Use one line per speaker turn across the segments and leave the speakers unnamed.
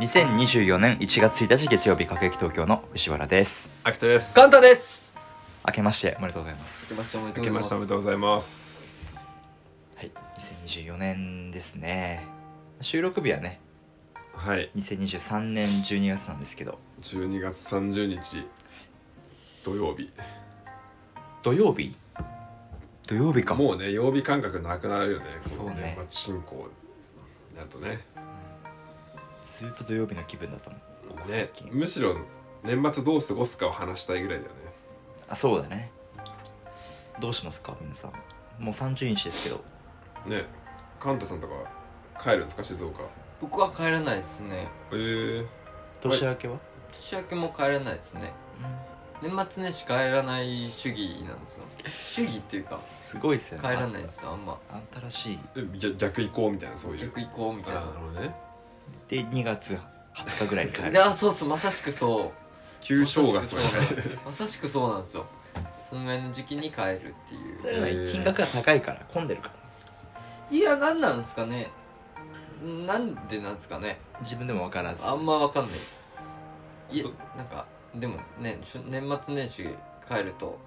2024年1月1日月曜日各駅東京の藤原です
アキトです。
簡単です
明けましておめでとうございます
明
明けましておめでとうございます。
はい2024年ですね収録日はね
はい、
2023年12月なんですけど
12月30日土曜日。
土曜日土曜日か
もうね曜日感覚なくなるよね。こ
そう
の
ね
年末進行になるとね。
ずっと土曜日の気分だったもん
ね
最近
むしろ年末どう過ごすかを話したいぐらいだよね。
あそうだねどうしますか皆さんもう30日ですけど
ね、カンタさんとか帰るんですか静岡。
僕は帰れないですね
えー、
年明けは、
年明けも帰れないですね
うん
年末年始帰らない主義なんですよ主義っていうか
すごいっすよ
帰
ね
らないですよあんま
あ新しい
えじゃ逆行こうみたいなそういう。
逆行こうみ
あ
た
ー
い
な
な
るほどね。
で2月20日ぐらいに帰る
であそうそうまさしくそ
旧正月とか
そう
ね。
うまさしくそうなんですよそのぐらいの時期に帰るっていう
それはね金額が高いから混んでるから
嫌がんなんですかねなんでなんですかね
自分でも分からず
あんまわかんないですいや
ほん
なんかでもねしゅ年末年始帰ると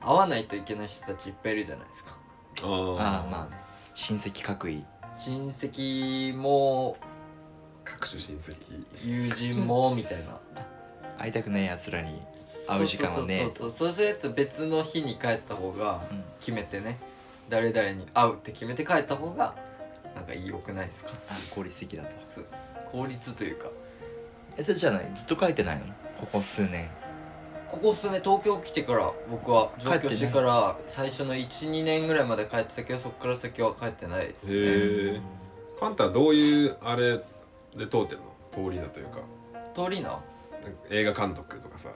会わないといけない人たちいっぱいいるじゃないですか
あー
ああまあ親戚各位
親戚も
各種親戚。
友人もみたいな
会いたくないやつらに会う時間はね
そうそうそうそうそうやって別の日に帰った方が
うん
決めてね誰々に会うって決めて帰った方がなんか良くないですか
あ効率的だと
そうそう効率というか
えそれじゃないずっと書いてないのここ数年
ここ数年東京来てから僕は上京してから最初の12年ぐらいまで帰ってたけどそこから先は帰ってないです
へえ。カンタはどういうあれで通ってんの通りだというか
通りな
なんか映画監督とかさ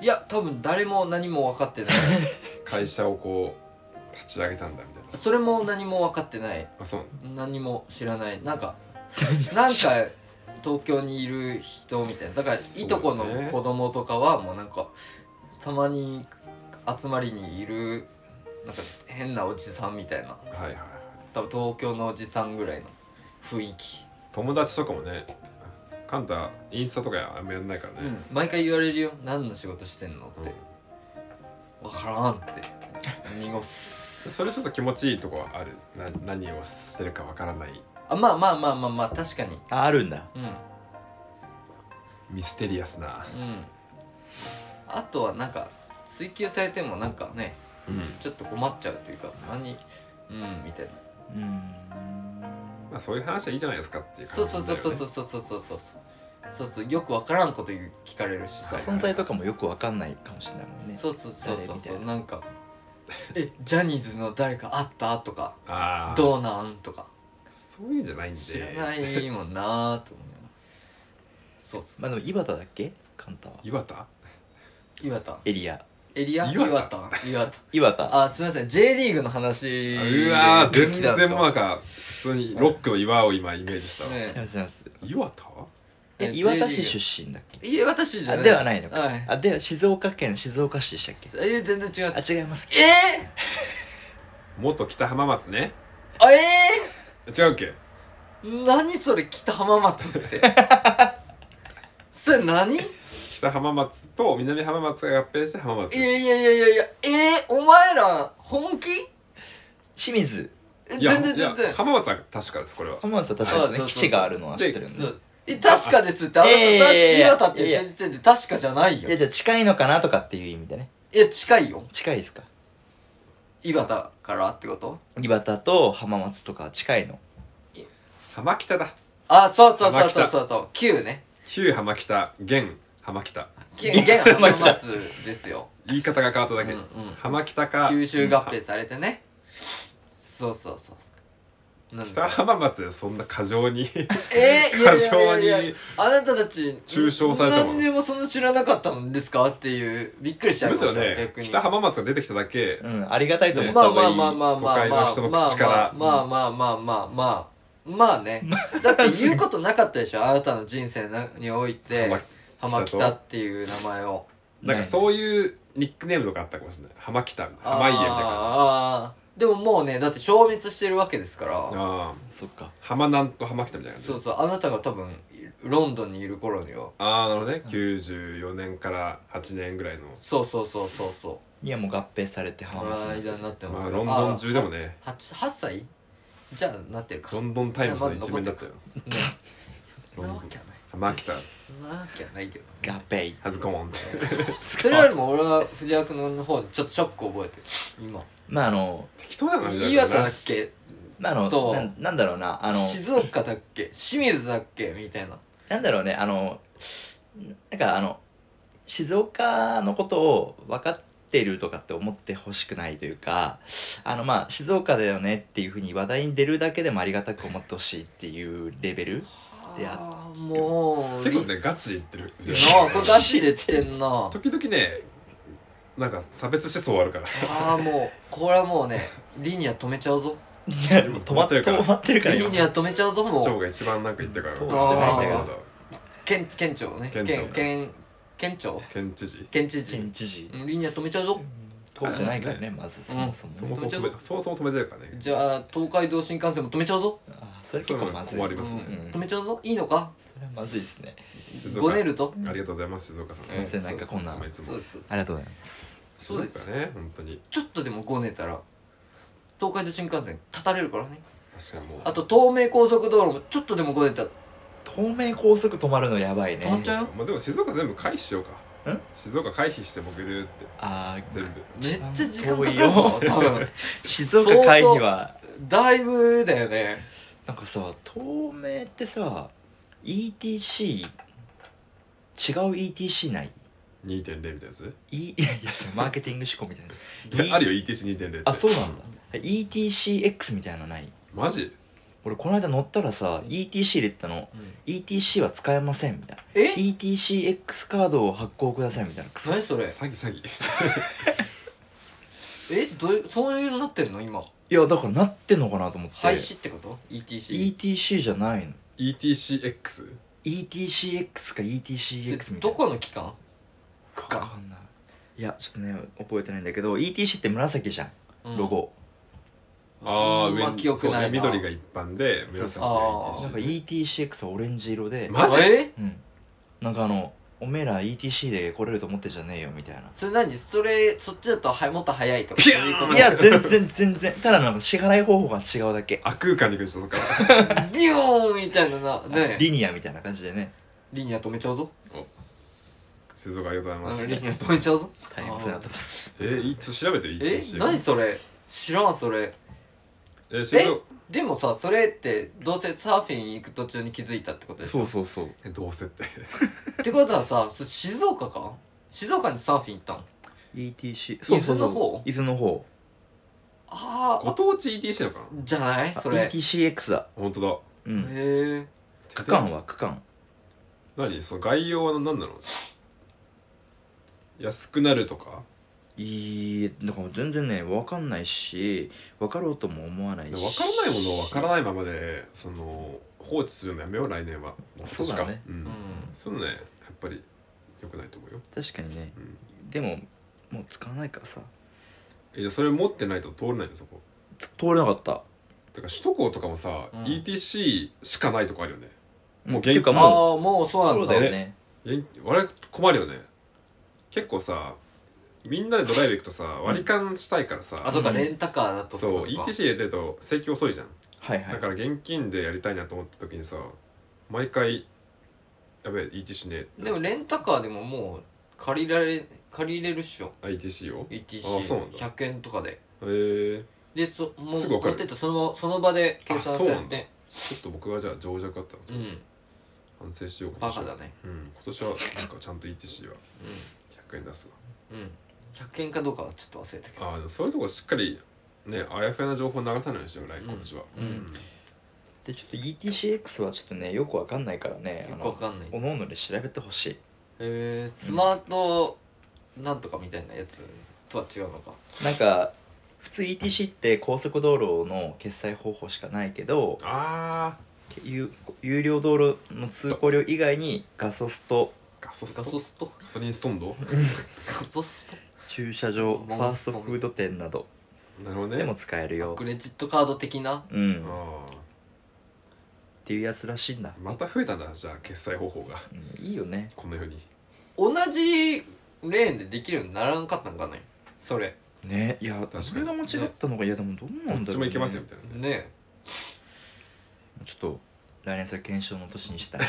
いや多分誰も何も分かってない
会社をこう立ち上げたんだみたいな
それも何も分かってない
あそうな
何も知らないなんかなんか東京にいる人みたいなだから
そうね
いとこの子供とかはもうなんかたまに集まりにいるなんか変なおじさんみたいな
のはいはいはい
多分東京のおじさんぐらいの雰囲気、
友達とかもねカンタインスタとかやあんまやんないから
う
ね、
ん、毎回言われるよ何の仕事してんのって、わからんって濁
うん
す
それちょっと気持ちいいとこはあるな何をしてるかわからない
あまあまあまあまあまあ確かに
ああるんだ
うんうん
ミステリアスな、
あとはなんか追求されてもなんかね
うん
ちょっと困っちゃうというか何うんみたいな
うーん
まあ、そういう話はいいじゃないですかっていう
そう
感じな
そうんそ
だよね
うそうそうそうそうそうそうそうそうよくわからんこと言う聞かれるしさ
存在とかもよく分かんないかもしれないもんね
そうそうそう
誰
そう
みた
そ
いうな
なんか「えジャニーズの誰かあった?」とか
ああ
「どうなん?」とか
そういうんじゃないんで
知らないもんなーと思うよそうそう
まあでも井端だっけカンタは
岩田
岩田
エリア
エリア
岩
岩
田
田岩田
井端
あすみません J リーグの話
うわー
で
全
来たんです
然
よ
なんか普通にロックの岩を今イメージしたわ、
ね
違います違います
岩田
え
え
岩田
J リーグ
市出身だっけ
いや私じゃ
あ
ない
ではないのか、
はい
あで静岡県静岡市でしたっけ
え全然違います
あ違います
ええ
元北浜松ね
あえ
違うっけ
ー、何それ北浜松って それ何い
北浜松と南浜松が合併して浜松
やいやいやいやいやえー、お前ら本気
清水
え
いや
全然全
いや
然
浜松は確かですこれは
浜松は確かです
そうそう
ね
そう
基地があるのは知ってるんで
そうえ確かですってあの
いやいやいやいや
岩田って言ってる時点で確かじゃない
い
よ
やじゃあ近いのかなとかっていう意味でね
いや近いよ
近いですか
岩田からってこと
井端と浜松とかは近いの
浜北だ
あそうそうそう
浜
そ
北
うそうそう旧ね
旧浜北現浜北
現現浜松ですよ
言い方が変わっただけ、
うんうん
浜北か
吸収合併されてね、そうそうそうなんで
北浜松でそんな過剰に
えー、いやいやいやい
過剰
や
に
あなたたち
中傷されたもん
何でもそんな知らなかったんですかっていうびっくりしちゃい
む
ま
し
した
ろね
逆に
北浜松が出てきただけ
うんありがたいと思った
まあ
方がい
まあ
い、
まあまあまあまあ
都会
ま
の人の口から
あまあまあまあまあまあまあねだって言うことなかったでしょあなたの人生において
浜
浜北っていう名前を
なんかそういうニックネームとかあったかもしれない浜北
あー
浜家みたいな
あでももうねだって消滅してるわけですから
ああ
そっか
浜南と浜北みたいな感じ
そうそうあなたが多分ロンドンにいる頃には
ああなるほどね94年から8年ぐらいの
そうそうそうそうそう
にはもう合併されて
こ
浜
の
松に
間になってま
ますあ
けど
ロンドン中でもね
あ 8, 8歳じゃあなってるか
ロ
ね
ンドンタイムズの一面だったよ
そんなわけはない
浜北
そんなわけはな いけど
合併
ハズコーンって
それよりも俺は藤原君の方にちょっとショックを覚えてる今
まああの
適当だな
言い方だっけ
まああの
と
なんなんだろうなあの
静岡だっけ清水だっけみたいな
なんだろうねあのなんかあの静岡のことを分かっているとかって思ってほしくないというかあのまあ静岡だよねっていうふうに話題に出るだけでもありがたく思ってほしいっていうレベ ルであ
あーもう
結構ねガチ言ってる
な
藤
あ
原
こ
君
れガチで言ってんな
時々ねなんか差別思想あるから
ああもうこれはもうねリニア止めちゃうぞ
いや
も
止まってるから
止
止まってるから
リ
今
ニア止めちゃうぞ
市長
もう
が一番なんか言ってるから
通って
ないんだけど
あ
県県庁ね
県
県
庁ね
県県庁
ー県知事
県知事
県知事
リニア止めちゃうぞ
通ってないからねまずそもそ
そ
も
も
ね
そも止めそもそも止めてるからね
じゃあ東海道新幹線も止めちゃうぞ
あそれ結構まずい
そういうの困りますね
うん
止めちゃうぞいいのか
それはまずいですね
静岡
ごねると
ありがとうございます静岡さ
す
ん
いません
うん
なんかこんな
そうそういつも
そうです
ありがとうございます
そうです
静岡ね本当に
ちょっとでもごねたら東海道新幹線立たれるからね
確かにもう
あと東名高速道路もちょっとでもごねたら
東名高速止まるのやばいね
止まっちゃうよ
まあでも静岡全部回避しようか
ん
静岡回避してもぐるーって
あー
全部
めっちゃ時間かか
遠い
るぞ
よ
多分
静岡会議は
だいぶだよね
なんかさ東名ってさ ETC 違う ETC ない
2.0みたいなやつ
E いやそれマーケティング思考みたいな
い
い
やあるよ ETC2.0 って
あそうなんだ ETCX みたいなのない
マジ
俺この間乗ったらさ ETC 入れてたの ETC は使えませんみたいな
え
ETCX カードを発行くださいみたいなクソ
何それ
詐欺詐欺
えどういうそういうのなってんの今
いやだからなってんのかなと思って
廃止ってこと ?ETC
ETC じゃないの
ETCX
ETCX か ETCX みたい
ど
な
この機関
わかんないいやちょっとね覚えてないんだけど ETC って紫じゃん
うん
ロゴ、
ああ
あん
上
ま
に
記憶ないな
そうね緑が一般で
そう
紫
そう
が
なんか
ETC
ETCX はオレンジ色で、
マジ
え
うん、なんかあのおめえら ETC で来れると思ってんじゃねえよみたいな
それ何それそっちだとはもっと早いとか
ピューン
そううこと
いや全然全然ただなんか支払い方法が違うだけ
あ空間に行く人とか
ビューンみたいななね
リニアみたいな感じでね
リニア止めちゃうぞ
静岡ありがとうご
あ
ざい
リ
ま
ニ
す
ア止めちゃうぞ
大変そうになってます
えーいちょっと調べてよ
え
ETC
何それ知らんそれ
えー静岡
でもさそれってどうせサーフィン行く途中に気づいたってことでしょ
うそうそう
えどうせって
ってことはさそ静岡か静岡にサーフィン行ったの
ETC
そうそうそう伊豆の方
伊豆の方
あ
ご
あ
当地 ETC なのかな
じゃない
あ
それへ
ETCX だ
本当だ
うん
え
区間は区間
何その概要は何なの安くなるとか
いいだから全然ね分かんないし分かろうとも思わない
で
し
も分からないものを分からないままでその放置するのやめよう来年は
そうだね
確かうん
うん
そうねやっぱり良くないと思うよ、
確かにね
うん、
でももう使わないからさ
えじゃあそれ持ってないと通れないのそこ
通れなかった
だから首都高とかもさ、
うん
ETC しかないとこあるよねもう
っていか
現金
あ
もう
あもうそうな
そ
ん
う
だ
だよ
ね
ね
現我々困るよね結構さみんなでドライブ行くとさ割り勘したいからさ、
あそうかレンタカーだと
そう
ってことか
ETC 入れてると請求遅いじゃん
はいはい
だから現金でやりたいなと思った時にさ毎回やべえ ETC ね
でもレンタカーでももう借りられ借りれるっしょ
あ ETC をへ
ETC
あそうなんだ
100円とかで
えー、
でそも
す
う
ぐわか
持
る
ってったそのその場で計算
あ
さ
そう
れ
なんだ
て
ちょっと僕がじゃあ情弱だったの
うん、
反省しよう今
バ
年
カ
は
だね
うん今年はなんかちゃんと ETC は100円出す
うんうん100円かどうかはちょっと忘れたけど
わあーでもそういうとこしっかりねあやふやな情報流さないようにしよう来
うん
今年は
うん
でちょっと ETCX はちょっとねよくわかんないからね
よくわかんない
おのおので調べてほしい
えー、スマートなんとかみたいなやつとは違うのか
なんか普通 ETC って高速道路の決済方法しかないけど
ああ
有有料道路の通行料以外にガソスト
ガソス
ガ
ト
ソスト
ガソリンストンド
ガソスト
駐車場フ
モンスト
ァーストフード店など
なるほどね
でも使えるよ
クレジットカード的な
うんっ
あ
ていうやつらしいんだ
あ、また増えたんだじゃあ決済方法が
うん、いいよね
この世に
同じレーンでできるようにならんかったんかねそれ
ねいや
かに
それが間違ったのが、いやでもどうなんだろう、
どっ
ね、
ちもいけますよみたいなね
ね
ちょっと来年それ検証の年にしたい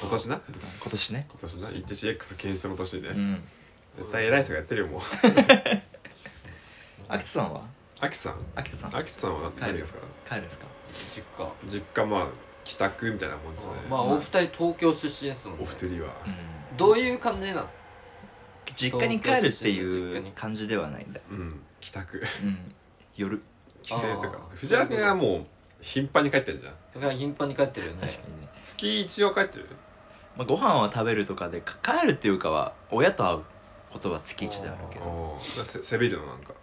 今年な
今年ね
今年な 1TCX 検証の年ね、
うん
絶対偉い人がやってるよもう
秋田さんは
アキさん
秋田さん帰
アキさんは何ですか、
るんですか
実家
実家まあ帰宅みたいなもんですね
まあお二人東京出身ですもん
お
ね
二人は
うん
どういう感じなの
実家に帰るってい
東京出身の実家
う
に
感じではないんだ、
うん帰宅
うん、夜
帰省とか
あー
藤原君はもう頻繁に帰ってんじゃん
いや頻繁に帰ってるよね
確かにね、
月一応帰ってる
まあ、ご飯は食べるとかでか帰るっていうかは親と会うことは月一であるけ
お
ど
おーせ背びるのなんか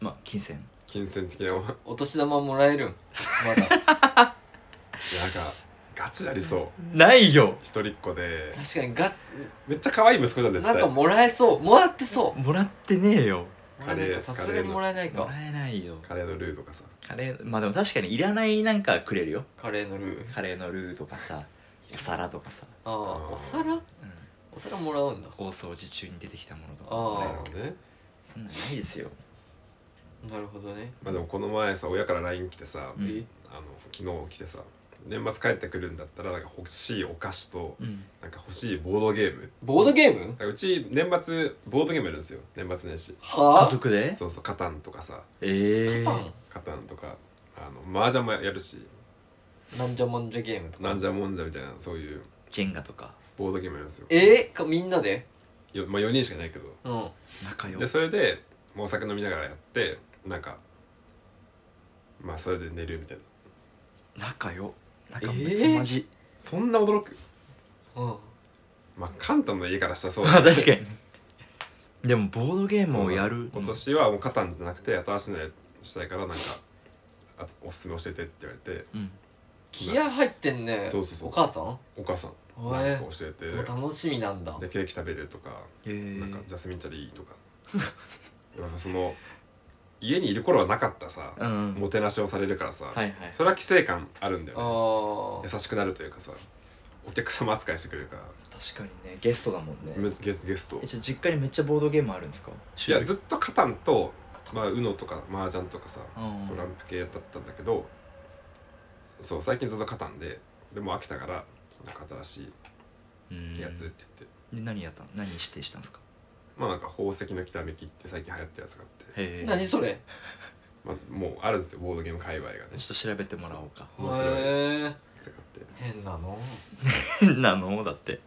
まあ金銭
金銭的な なんか
お年玉もらえるんまだ確
ガチありそう
ないよ
一人っ子で
かにが
めっちゃ可愛い息子じゃん絶
なんか
対
もらえそうもらってそ
もらってねえよ
うもらえない
カレー
かさすがにもらえない
も
から
えないよ
カレーのルーとかさ
カレーまあでも確かにいらないなんかくれるよ
カレーのルー
カレーのルーとかさお皿とかさ、
ああ
ー
お皿
うん、
お皿もらうんだ
大掃除中に出てきたものと
あー
か
なるほどね
そんなんないですよ
なるほどね
まあでもこの前さ親から LINE 来てさ、
うん
え
あの昨日来てさ年末帰ってくるんだったらなんか欲しいお菓子と
うん
なんか欲しいボードゲーム
ボードゲーム
だからうち年末ボードゲームやるんですよ年末年始
家
はあ
族で
そうそうカタンとかさ
ええ
パン
カタンとかあの麻雀もやるし
なんじゃもんじゃゲームとか
なんじゃもんじゃみたいなそういう
ジェンガとか
ボードゲームやるんですよ
えー、かみんなで
よまあ4人しかいないけど
うん
仲良
でそれでもうお酒飲みながらやってなんかまあそれで寝るみたいな
仲良仲
えー
むつまじい、
そんな驚く
うん
まあカンタの家からしたらそう
まあ 確か
に
にねでもボードゲームをやる
今年はもうカタンじゃなくて新しいのやしたいからなんかあおすすめ教えてって言われて
うん
気合入ってんね
そうそうそう
お母さん
お母さん
お
なん
え
か教えて
もう楽しみなんだ
でケーキ食べるとか
えー
なんかジャスミン茶でいいとか やっぱその家にいる頃はなかったさ、
うん
もてなしをされるからさ、
はいはい
それは規制感あるんだ
あ
よ、ね、
ー
優しくなるというかさお客様扱いしてくれるから
確かにねゲストだもんね
むゲスゲスト
えじゃあ実家にめっちゃボードゲームあるんですか
いやずっとカタンと、まあ、UNO とか麻雀とかさ
うん
トランプ系だったんだけどそう最近ずっとカタンででも飽きたからなんか新し
うん
いやつって言って、
で何やったの何指定したんですか
まあなんか宝石のきらめきって最近流行ったやつがあって、
へえ
何
ちょ
それ
まあ、もうあるんですよボードゲーム界隈がね
っと調べてもらおうか
面白い
へー
やつがあって
変なの
なのだって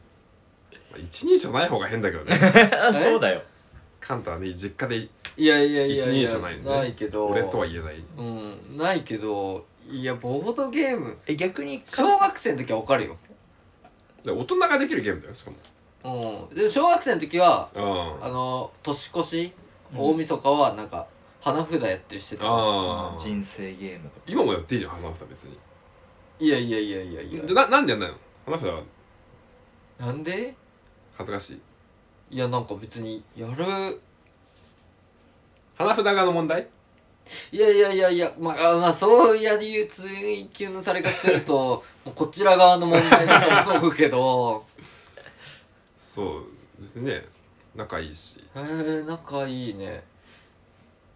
まあ一人称ない方が変だけどね
あ そうだよ
カンタはね実家で
いやいや
一
いやい
人
や
称ないんで
ないけど
俺とは言えない
うんないけどいやボードゲーム
え逆に
小学生の時は分かるよ
で大人ができるゲームだよしかも
うんで小学生の時はあ
あ
の年越し
うん
大晦日はなんか花札やってるしてた
あー
人生ゲームとか
今もやっていいじゃん花札別に
いやいやいやいやいや
じゃななんでやんないの花札は
なんで
恥ずかしい
いやなんか別にやる
花札側の問題
いやいやいやいやまあまあそうやりう追求のされ方するともうこちら側の問題だと思うけど
そう別にね仲いいし
へえ仲いいね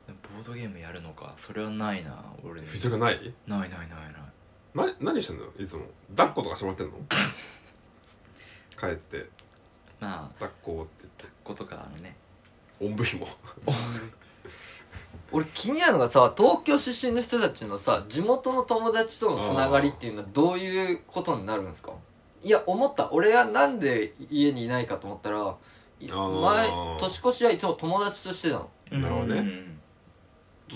ボードゲームやるのかそれはないな俺
藤原ない
ないないないない
な何してんのいつも抱っことかしてもらってんの帰って
まあ
抱っこって言っ
ことかあのね
ておんぶひも
俺気になるのがさ東京出身の人たちのさ地元の友達とのつながりっていうのはどういうことになるんですかいや思った俺はなんで家にいないかと思ったらい
あー
前年越しはいつも友達としてたの
なるほどね
うん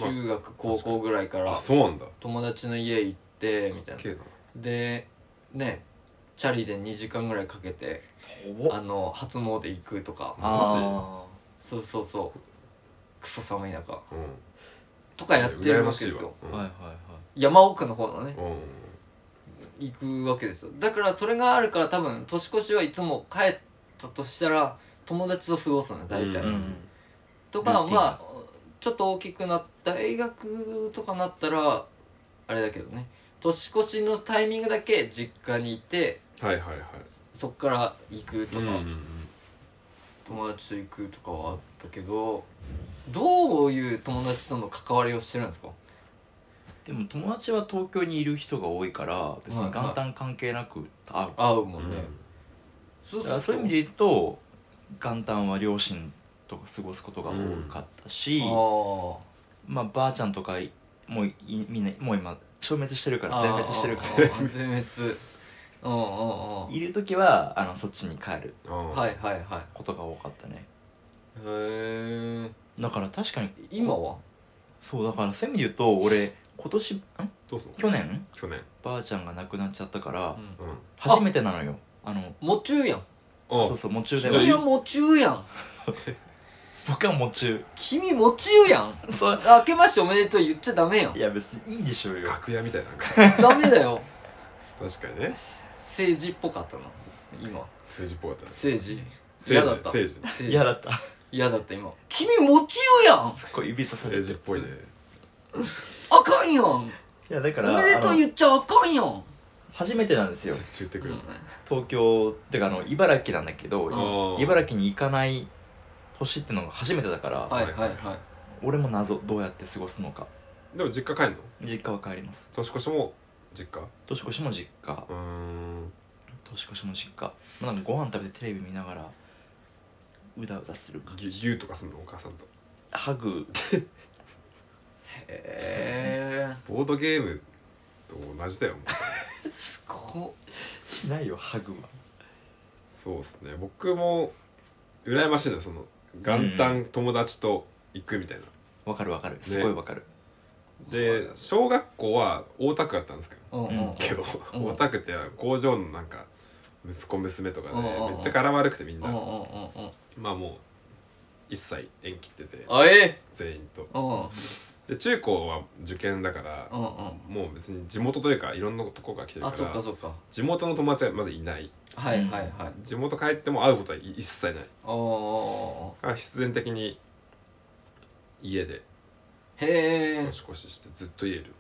まあ
中学高校ぐらいから
あそうなんだか
友達の家行ってみたい
っ
な
けえな
でねチャリで2時間ぐらいかけて
ほぼ
あの初詣行くとか
あ
そうそうそうクソ寒い中
うん
とかやって
羨
る
ま
わ
し
け
い
です
わ
よ
う
ー
ん
はいはいはい
山奥の方のね
うん
行くわけですよだからそれがあるから多分年越しはいつも帰ったとしたら友達と過ごすのよ大体、
うん
うん
とか
ルーティン
まあちょっと大きくなった大学とかなったらあれだけどね年越しのタイミングだけ実家にいて
はいはいはい
そっから行くと
うん
か、
うんうん
友達と行くとかはあったけどどういう友達との関わりをしてるんですか
でも友達は東京にいる人が多いから別に元旦関係なく会う
会うも
うんん
ね、そ
だからそういう意味で言うと元旦は両親と過ごすことが多かったし、
あ
まあばあちゃんとかいもういみんなもう今消滅してるか
あ
ら全滅してる
あ
から
ー全滅うんうんうん
いる時はあのそっちに帰る
あー
はいはいはい
ことが多かったね
へえ
だから確かに
今は
そうだからそういう意味で言うと俺今年ん
どうすんの
去年
去年
ばあちゃんが亡くなっちゃったから
うん
うん
初めてなのよあの
もちゅうやん
あ
そうそう喪中で
じゃあ
はい
君はもちゅうやん
僕は喪中
君もちゅうやん
そう
あ明けましておめでとう言っちゃダメやん
いや別にいいでしょうよ
楽屋みたいな
ダメだよ
確かにね
政治っぽかったな今
政治っぽかったね
政治嫌
政
だっ
治
た
政治
政
嫌
治
だった
嫌だった今君もちゅうやん
すっごい指さされ
政
て
治っぽいね
あかんやんお
いやだから
めでと
あ
う
の
言っちゃあかんやん
初めてなんです
ずっ
よ
と言ってくる
東京ってかあの茨城なんだけど
あー
茨城に行かない年ってのが初めてだから、
はいはいはい
俺も謎どうやって過ごすのか
でも実家帰んの
実家は帰ります
年越しも実家
年越しも実家
うーん
年越しも実家、まあ、なんかご飯食べてテレビ見ながらうだうだする感
ぎ
じ
ぎゅうとかすんのお母さんと
ハグ
へ
ボードゲームと同じだよもう
えすごっ
しないよハグは
そうっすね僕も羨ましいのよその元旦友達と行くみたいな、
わかるわかるすごいわかる、
で小学校は大田区だったんですけど
うんうんうん
けど、
うん
大田区って工場のなんか息子娘とかで、
うんうんうん
めっちゃ柄悪くてみん
う
な、
んうんうんうん
まあもう一切縁切ってて
あえ
全員と
うんうん
で中高は受験だから、
うん
もう別に地元というかいろんなとこが来てる
あ
か
そっからそっか
地元の友達はまずいない
はいはいはいあ
地元帰っても会うことは一切ない
あ
だから必然的に家で
へえ
年越ししてずっと家いる、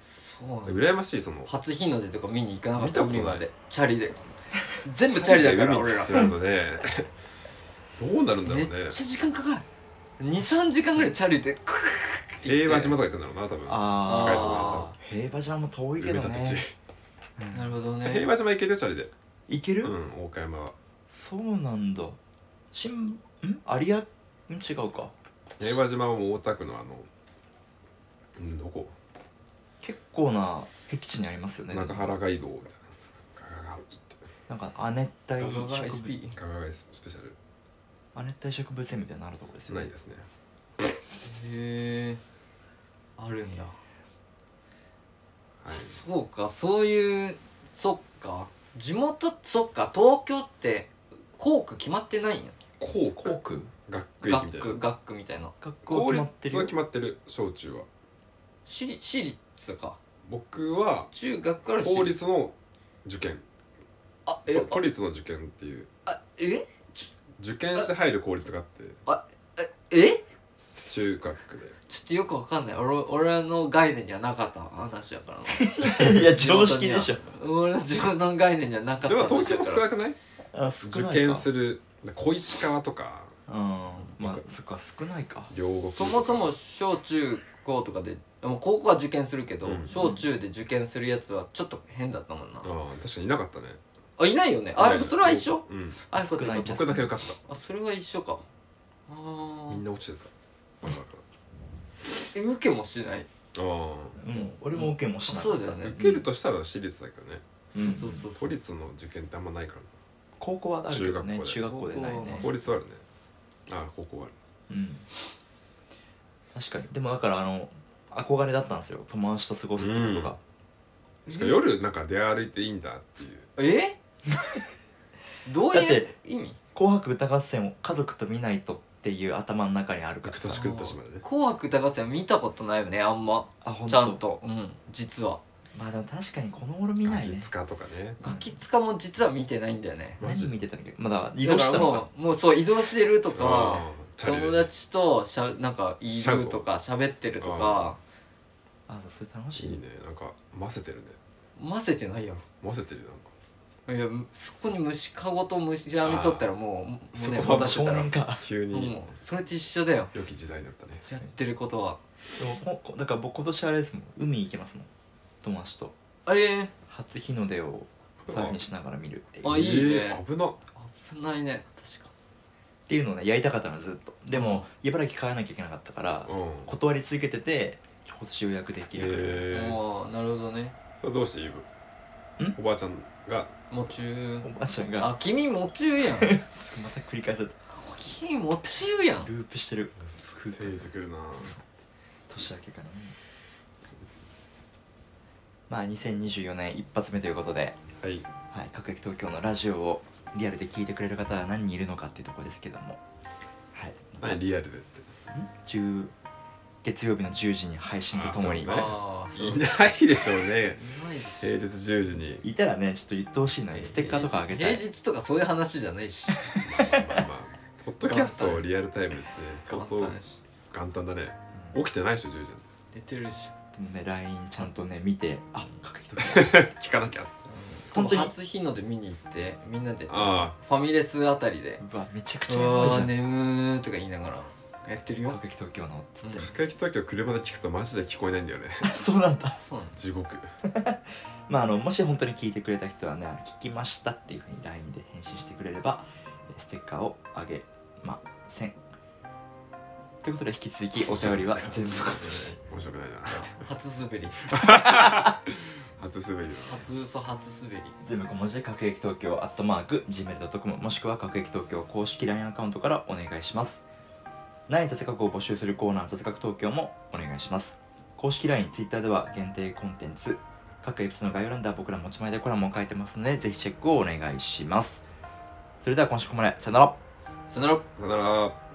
そうなんだ
羨ましいその
初日の出とか見に行かなかっ
見た
た
こと
海
ない
までチャリで全部チャリだから
海
俺ら
ってなるとねどうなるんだろう
めっ
ね
ちゃ時間かかる23時間ぐらいチャリでクーって行って
平和島とか行くんだろうな多分
あ
近いとこ
あ
平和じゃもう遠いけ
埋め
ど
た
ね
土地、
ーなるほどね
平和島行けるよチャリで
行け
う
る、
ん大山は
そうなんだ新ん有明ん違うか
平和島はもう大田区のあのうんどこ
結構な僻地にありますよね
中原街道みたいなガガガって
なんか亜熱帯
ガガガ
植物
SP
ガガガスペシャル
亜熱帯植物園みたいなのあるとこですよ
ない
ね
ですね
へえあるんだ
はい
そうかそういうそっか地元そっか東京って校区決まってないんや
校
校
区
区
学区駅み
学
たい
区
な
学区みたいな
学校
公
決ま
立
ってる
は
よ
決まってる小中は
私立私立か
僕は
中学から私
公立の受験
あえ
と都立の受験っていう
あえ
受験して入る公立があって
え
中学区で
ちょっとよくわかんない俺俺の概念にはなかった話やから な
いや常識でしょ
俺の自分の概念にはなかった
でも東京も
話や
少
から
なくない
あ少ない
受
か
験する小石川とか
うんまあそっか少ないか
両国
そもそも小中高とかでもう高校は受験するけど、
うん
小中で受験するやつはちょっと変だったもんな、
ああ確かにいなかったね
あいないよねあそれは一緒
うん
あそうか
少ないん
そう
じ
か
ゃ
僕だけ受かった
あそれは一緒かあー
みんな落ちてたバカだか
え受けもしない、
らあ
うん俺も OK もしなかった
そうだよね
あ受けるとしたら私立だけどね
うん
そうそうそ
都
う
立の受験ってあんまないからな
高校はあるけどね
中
中
学
学
校
校
で
でないね
高
公立はあるねああ高校はある
うん確かにでもだからあの憧れだったんですよ友達と過ごすってことが
しかも夜なんか出歩いていいんだっていう
えどう
だっ
いう
て
意味
「紅白歌合戦」を家族と見ないとっていう頭の中にあるから
行く年食ったしまでね
紅白歌合戦見たことないよねあんま
あ本
ちゃん
当。
とうん実は
まあでも確かにこの頃見ないね
月かとかね
ガキ使も実は見てないんだよね
マジ
何見てたんだっけまだ移
だ
動
か
し
ら
たのか
もうもうそう移動してるとか
ああチャリで
友達としゃなんか言うとか喋ってるとか
あそれ楽し
いい
い
ねなんか混ぜてるね
混ぜてないや
混ぜてるなんか
ろいやそこに虫かごと虫網取ったらもうもう
そ
ね
こは
持たせ
少
たら
年か
急に
もうそれと一緒だよ
良き時代になったね
やってることは
でもここだから僕今年あれですもん海行けますもん友達と
あえ
初日の出をサーフィンしながら見るっていう
あ
っ
いいね
えー危な
ー、危ないね確か
ていうのをねやりたかったのずっとでも茨城帰らなきゃいけなかったから
うん
断り続けてて今年予約できる
えー
もうなるほどね
それどうしてイブ
ん
おばあちゃんが
もう中
おばあちゃんが
あ君も中やん
また繰り返す
君も中やん
ループしてる
成熟な
年明けからねまあ2024年一発目ということで、
はい
はい、各駅東京のラジオをリアルで聞いてくれる方は何人いるのかっていうところですけども、はい、
何リアルでって
10月曜日の10時に配信とともに、
あ
ああ
いないでしょうね
ないで
平日10時に
いたらねちょっと言ってほしいなステッカーとかあげたい
平日とかそういう話じゃないし
まあまあポッドキャストをリアルタイムって相当
簡単やし
簡単だね
うん
起きてないでしょ10時
寝てるし
でもね LINE ちゃんとね見てあ各駅東京
聞かなきゃ
本
本
当
当
に
初日の出見に行ってみんなでフ
あ
ァミレスあたりで
うわめちゃく
「
ち
う
ゃやばいじ
わ
ゃ
ー
ん
眠ー」とか言いながらやってるよ、
各駅東京のつ
う
っ
ん
て、
あ各駅東京車で聞くとマジで聞こえないんだよね
そうなんだ
そうなんです
地獄
まああのもし本当に聞いてくれた人はねあの聞きましたっていうふうに LINE で返信してくれればえステッカーをあげませんということで引き続き お便りは全部こっち
面白くないな
初滑り
初滑りだ
初嘘初滑り
全部小文字で各駅東京アットマーク Gmail.com もしくは各駅東京公式 LINE アカウントからお願いします何雑学を募集するコーナー雑学東京もお願いします公式 LINETwitter では限定コンテンツ各エピソードの概要欄では僕ら持ち前でコラムを書いてますのでぜひチェックをお願いしますそれでは今週ここまでさよなら
さよなら
さよなら